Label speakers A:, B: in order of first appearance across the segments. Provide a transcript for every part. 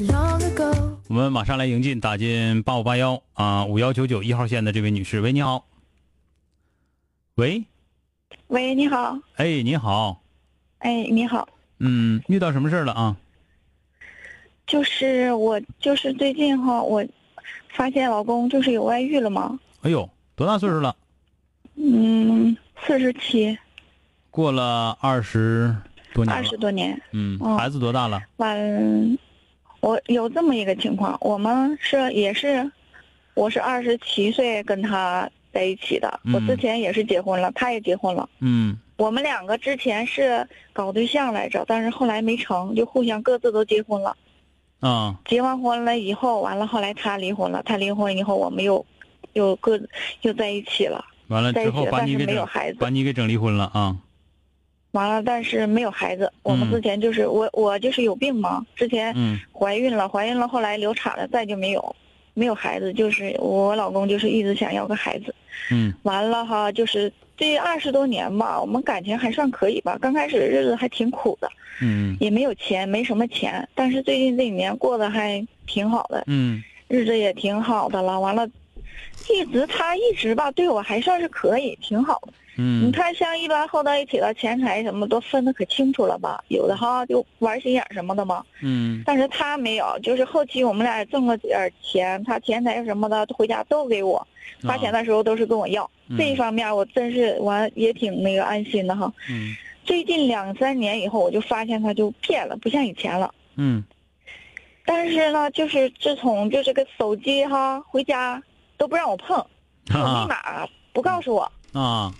A: Long ago,
B: 我们马上来迎进打进八五八幺啊五幺九九一号线的这位女士，喂，你好。喂，
C: 喂，你好，
B: 哎，你好，
C: 哎，你好，
B: 嗯，遇到什么事儿了啊？
C: 就是我，就是最近哈，我发现老公就是有外遇了嘛，
B: 哎呦，多大岁数了？
C: 嗯，四十七，
B: 过了二十多年了，
C: 二十多年，
B: 嗯，
C: 嗯
B: 孩子多大了？
C: 完，我有这么一个情况，我们是也是，我是二十七岁跟他在一起的，
B: 嗯
C: 我之前也是结婚了，他也结婚了，
B: 嗯
C: 我们两个之前是搞对象来着，但是后来没成就互相各自都结婚了。
B: 啊
C: 结完婚了以后，完了后来他离婚了，他离婚以后我们又又各又在一起了，
B: 完了
C: 在
B: 之
C: 一起
B: 后
C: 了，
B: 把
C: 但
B: 你
C: 是
B: 给
C: 没有
B: 整
C: 孩
B: 把
C: 子。
B: 你给整离婚了啊！
C: 完了，但是没有孩子。我
B: 嗯
C: 们之前就是、我我就是有病嘛，之前
B: 嗯
C: 怀孕了，怀孕了后来流产了，再就没有。没有孩子，就是我老公就是一直想要个孩子，
B: 嗯
C: 完了哈，就是这二十多年吧，我们感情还算可以吧。刚开始日子还挺苦的，
B: 嗯
C: 也没有钱，没什么钱，但是最近这几年过得还挺好的，
B: 嗯
C: 日子也挺好的了。完了，一直他一直吧对我还算是可以，挺好的。你
B: 嗯
C: 看，像一般后到一起了，钱财什么都分得可清楚了吧？有的哈就玩心眼儿什么的嘛，
B: 嗯
C: 但是他没有。就是后期我们俩也挣了点儿钱，他钱财什么的回家都给我，
B: 啊
C: 花钱的时候都是跟我要。
B: 嗯
C: 这一方面我真是完也挺那个安心的哈。
B: 嗯
C: 最近两三年以后，我就发现他就变了，不像以前了。
B: 嗯
C: 但是呢，就是自从就这个手机哈，回家都不让我碰，
B: 嗯
C: 我密码不告诉我，
B: 啊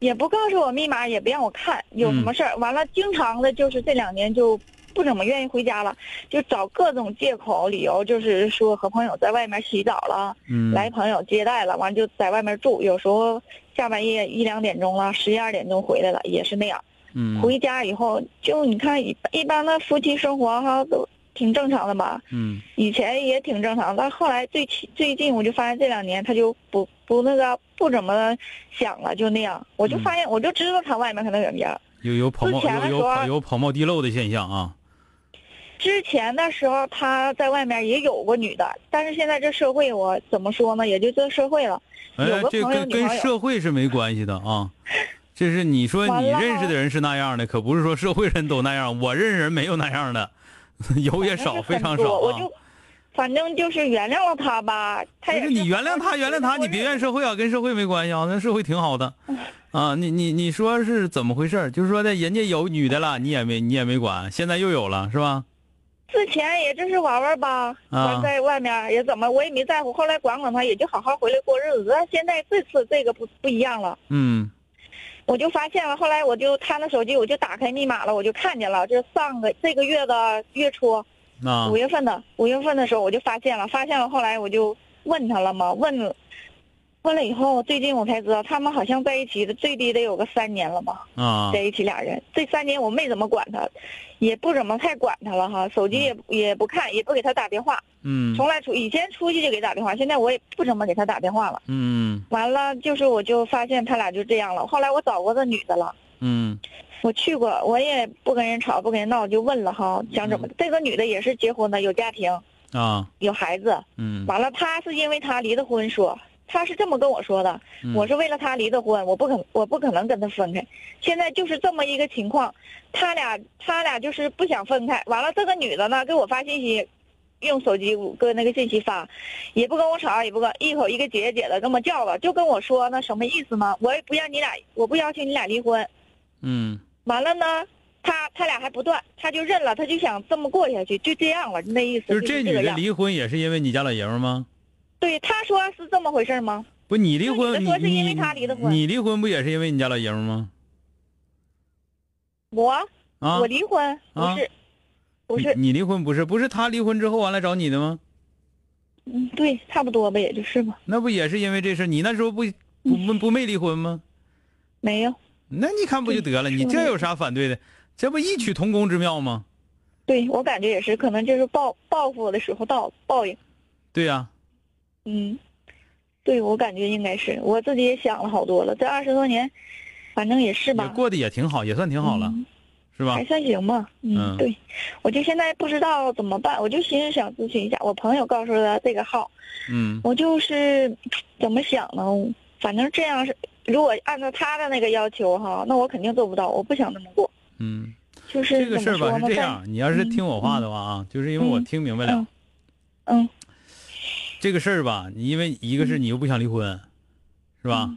C: 也不告诉我密码，也不让我看有什么
B: 嗯
C: 事儿。完了，经常的就是这两年就不怎么愿意回家了，就找各种借口理由，就是说和朋友在外面洗澡了，
B: 嗯
C: 来朋友接待了，完就在外面住，有时候下半夜一两点钟了，十一二点钟回来了，也是那样。
B: 嗯
C: 回家以后，就你看一一般的夫妻生活哈都挺正常的吧，
B: 嗯
C: 以前也挺正常，但后来最起最近我就发现这两年他就不不那个不怎么想了，就那样。我
B: 嗯
C: 就发现、我就知道他外面可能有人家。
B: 有有跑冒
C: 之前的
B: 有
C: 时
B: 有
C: 候
B: 有跑冒滴漏的现象啊！
C: 之前的时候他在外面也有过女的，但是现在这社会我怎么说呢？也就这社会了。
B: 哎
C: 有，个
B: 这
C: 朋友
B: 跟
C: 女
B: 跟
C: 朋友
B: 社会是没关系的啊。这是你说
C: 完
B: 你
C: 了
B: 认识的人是那样的，可不是说社会人都那样。我认识人没有那样的， 有也少，
C: 但是
B: 非
C: 很
B: 常
C: 多
B: 少
C: 我
B: 啊。
C: 就反正就是原谅了他吧，他
B: 不
C: 也
B: 是你原谅他，原谅他，你别怨社会啊，跟社会没关系啊，那社会挺好的， 啊，你你你说是怎么回事儿？就是说的，人家有女的了，你也没你也没管，现在又有了，是吧？
C: 之前也就是玩玩吧，
B: 啊
C: 完在外面也怎么我也没在乎，后来管管他，也就好好回来过日子。但现在这次这个不不一样了。
B: 嗯
C: 我就发现了，后来我就他那手机，我就打开密码了，我就看见了，这上个这个月的月初，
B: 啊
C: 五月份的五月份的时候，我就发现了，发现了，后来我就问他了嘛，问了，问了以后，最近我才知道，他们好像在一起的最低得有个三年了吧，
B: 啊
C: 在一起俩人，这三年我没怎么管他，也不怎么太管他了哈，手机也也不看，也不给他打电话，
B: 嗯
C: 从来出以前出去就给打电话，现在我也不怎么给他打电话了。
B: 嗯
C: 完了，就是我就发现他俩就这样了，后来我找过这女的了。
B: 嗯
C: 我去过，我也不跟人吵，不跟人闹，我就问了哈，想
B: 嗯
C: 怎么？这个女的也是结婚的，有家庭，
B: 啊
C: 有孩子。
B: 嗯，
C: 完了，她是因为她离的婚说，她是这么跟我说的，
B: 嗯
C: 我是为了她离的婚，我不可我不可能跟她分开。现在就是这么一个情况，他俩他俩就是不想分开。完了，这个女的呢给我发信息，用手机跟那个信息发，也不跟我吵，也不跟一口一个姐姐姐的跟我叫了，就跟我说那什么意思吗？我也不让你俩，我不要求你俩离婚。
B: 嗯
C: 完了呢，他他俩还不断，他就认了，他就想这么过下去，就这样了，那意思
B: 就是
C: 这
B: 这女
C: 个
B: 的
C: 样。
B: 离婚也是因为你家老爷们儿吗？
C: 对，他说是这么回事吗？
B: 不，你离
C: 那
B: 婚，
C: 女
B: 你
C: 的说是
B: 你
C: 因为他离的婚
B: 你离婚不也是因为你家老爷们儿吗？
C: 我、
B: 啊
C: 我，离婚不
B: 啊
C: 是，不是，
B: 你你离婚不是不是他离婚之后完来找你的吗？
C: 嗯，对，差不多吧，也就是吧，
B: 那不也是因为这事儿？你那时候不不不不没离婚吗？
C: 没有，
B: 那你看不就得了？你这有啥反对的？这不异曲同工之妙吗？
C: 对我感觉也是，可能就是报报复我的时候到报应，
B: 对呀、
C: 嗯，对我感觉应该是，我自己也想了好多了，这二十多年，反正也是
B: 也
C: 吧，
B: 过得也挺好，也算挺好了，
C: 嗯
B: 是吧
C: 还？算行吧，
B: 嗯
C: 嗯，对，我就现在不知道怎么办，我就寻思想咨询一下，我朋友告诉他这个号，
B: 嗯
C: 我就是怎么想呢？反正这样是，如果按照他的那个要求哈，那我肯定做不到，我不想那么过，
B: 嗯，
C: 就是
B: 这个事儿吧
C: 怎么
B: 是
C: 说呢
B: 这，样，你要是听我话的话啊，就是因为我
C: 嗯
B: 听明白了、
C: 但嗯
B: 这个事儿吧，你因为一个是你又不想离婚，是吧？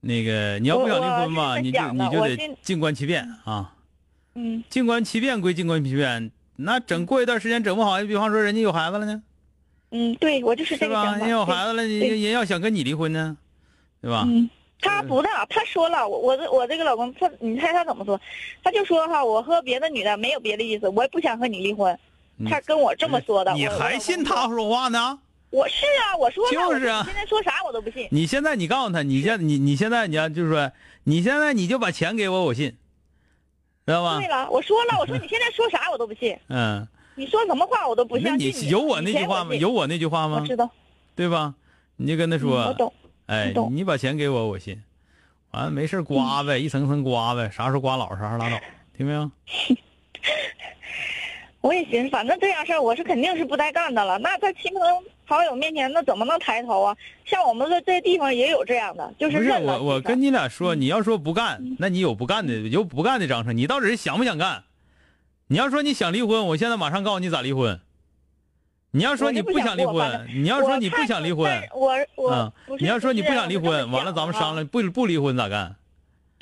B: 那个你要不想离婚吧，
C: 嗯我我
B: 你
C: 是这么
B: 就
C: 想
B: 你
C: 的
B: 就
C: 我
B: 得
C: 今
B: 静观其变啊，
C: 嗯。
B: 静观其变归静观其变，那整过一段时间整不好，比方说人家有孩子了呢，
C: 嗯，对，我就是
B: 是
C: 这个
B: 吧？
C: 想
B: 人
C: 法。
B: 家有孩子了，人家
C: 对
B: 人要想跟你离婚呢，对吧？
C: 嗯，他不的，他说了，我我这我这个老公，他你猜他怎么说？他就说哈，我和别的女的没有别的意思，我也不想和你离婚。
B: 嗯
C: 他跟我这么说的。
B: 你
C: 我
B: 还信？他
C: 我
B: 说话呢？
C: 我是啊，我说了
B: 就是啊
C: 我现在说啥我都不信。
B: 你现在你告诉他，你现你你现在你要就是说，你现在你就把钱给我，我信，知道吧
C: 对？了，我说了，我说你现在说啥我都不信，
B: 嗯，
C: 你说什么话我都不
B: 那
C: 相
B: 你
C: 信
B: 有我那句话
C: 以前我
B: 吗？
C: 信
B: 有我那句话
C: 我
B: 吗？
C: 知道，
B: 对吧？你就跟他
C: 嗯我
B: 说，
C: 懂。
B: 哎
C: 我，懂
B: 你把钱给我，我信。完了没事儿刮呗，一层层刮呗，啥时候刮老啥时候
C: 嗯
B: 拉倒，听没有？
C: 我也寻思，反正这啊样事儿我是肯定是不带干的了。那在亲朋好友面前，那怎么能抬头啊？像我们这这地方也有这样的，嗯就
B: 不是
C: 认了
B: 我，我跟你俩说，你要说不干，那你有不干的，有不干的章程。你到底是想不想干？你要说你想离婚，我现在马上告诉你咋离婚。你要说
C: 我
B: 你
C: 就不
B: 不
C: 想
B: 想离
C: 过反
B: 婚，你要说你不想离婚，
C: 我看我
B: 嗯
C: 我不，是
B: 你要说你不
C: 主持人啊
B: 想离婚，完了咱们商。量，不不离婚咋干？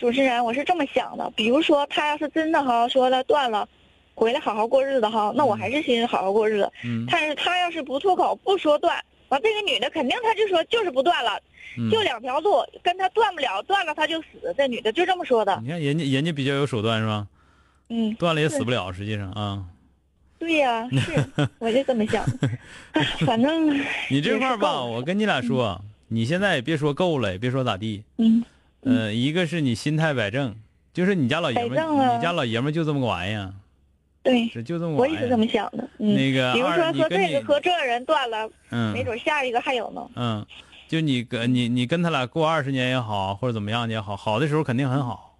C: 我是这么想的主持人，我是这么想的，比如说他要是真的哈说了断了，回来好好过日子哈，那我还是寻思好好过日子。
B: 嗯
C: 但是他要是不脱口不说断，完这个女的肯定他就说就是不断了，
B: 嗯，
C: 就两条路，跟他断不了，断了他就死。这女的就这么说的，
B: 你看人家人家比较有手段是吧？
C: 嗯。
B: 断了也
C: 是
B: 死不了，实际上啊，
C: 对呀、 是，我就这么想。哎 反正，
B: 你这
C: 也
B: 块儿
C: 是
B: 吧，
C: 够了
B: 我跟你俩说，你现在也别说够了，也别说咋地，
C: 嗯，
B: 呃，一个是你心态摆正，就是你家老爷
C: 摆
B: 们
C: 正啊
B: 儿，你家老爷们儿就这么个玩意儿，
C: 对，
B: 是就这么个
C: 我
B: 玩
C: 也
B: 意
C: 是这么
B: 儿。
C: 想的。嗯，
B: 那个
C: 比如
B: 二，
C: 说
B: 你
C: 和
B: 跟
C: 这个
B: 你
C: 和这个人断了，没
B: 嗯
C: 准下一个还有呢。
B: 嗯，就你跟你你跟他俩过二十年也好，或者怎么样也好，好的时候肯定很好，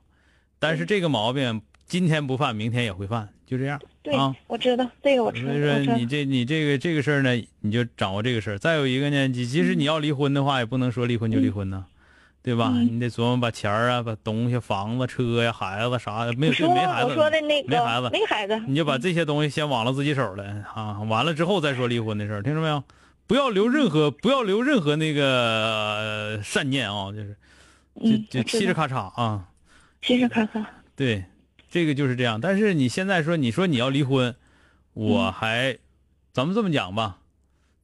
B: 但
C: 嗯
B: 是这个毛病今天不犯，明天也会犯，就这样。
C: 对，
B: 啊
C: 我知道这个我
B: 所以
C: 知道，我知
B: 说
C: 道
B: 你。这你这个这个事儿呢，你就掌握这个事儿。再有一个呢，你即使
C: 嗯
B: 你要离婚的话，也不能说离婚就离婚呢，对吧？
C: 嗯
B: 你得琢磨把钱儿啊、把东西、房子、车呀、孩子啥的，没有
C: 我
B: 这
C: 说
B: 没孩
C: 了，我说
B: 子，
C: 的那个
B: 没孩子
C: 没孩子，
B: 你就把这些东西先网了自己手了啊。完了之后再说离婚的事儿，听着没有？不要留任何不要留任何那个、呃善念啊，就是
C: 嗯，
B: 就就
C: 我知
B: 嘁哩
C: 道
B: 咔嚓啊。
C: 其实看看，
B: 对，这个就是这样。但是你现在说，你说你要离婚，我还，咱们这么讲吧，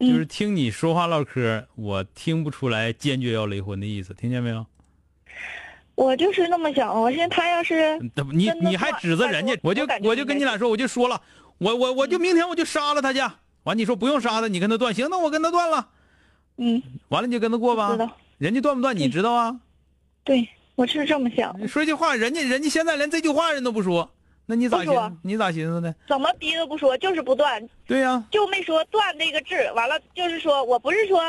C: 嗯
B: 就是听你说话唠嗑，我听不出来坚决要离婚的意思，听见没有？
C: 我就是那么想。我寻思他要是
B: 嗯你
C: 真的
B: 你还
C: 话
B: 指责
C: 但是
B: 人家
C: 我，
B: 我就
C: 我感觉
B: 我就跟你俩说，我就说了，我我我
C: 嗯
B: 就明天我就杀了他去。完，你说不用杀他，你跟他断，行，那我跟他断了。
C: 嗯，
B: 完了你就跟他过
C: 知
B: 吧，
C: 道，
B: 人家断不断
C: 嗯
B: 你知道啊？
C: 对我是这么想，
B: 你说句话，人家人家现在连这句话人都不说，那你咋
C: 不
B: 寻
C: 说
B: 你咋寻思的？
C: 怎么逼都不说，就是不断，
B: 对呀、
C: 就没说断这个字。完了就是说我不是说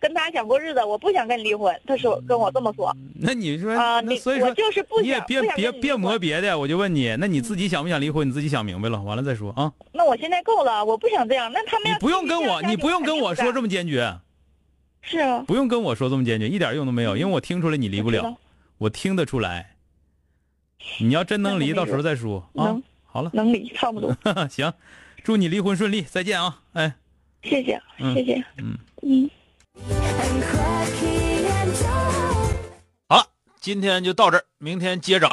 C: 跟他想过日子，我不想跟你离婚。他说跟我这么说
B: 那你说，
C: 啊，
B: 嗯那
C: 你
B: 所以
C: 我
B: 说
C: 就是不
B: 你也
C: 想，
B: 别
C: 不想
B: 别
C: 跟你嗯离
B: 别磨
C: 婚。
B: 别的，我就问你，那你自己想不想离婚？你自己想明白了，完了再说啊。
C: 那我现在够了，我不想这样。那他们
B: 你
C: 要
B: 不用跟我，
C: 继续这样下去
B: 你不用跟我说这么坚决，
C: 是啊，
B: 不用跟我说这么坚决，一点用都没有，因为我听出来你离不
C: 我知
B: 了
C: 道，
B: 我听得出来。你要真能离，
C: 那
B: 到
C: 我没
B: 时
C: 辙
B: 候再说啊
C: 能。
B: 好了，
C: 能离差不多。
B: 行，祝你离婚顺利，再见啊！哎，
C: 谢谢，
B: 嗯
C: 谢谢，
B: 嗯，
C: 嗯，
A: and cracky and tall.
B: 好了，今天就到这儿，明天接着。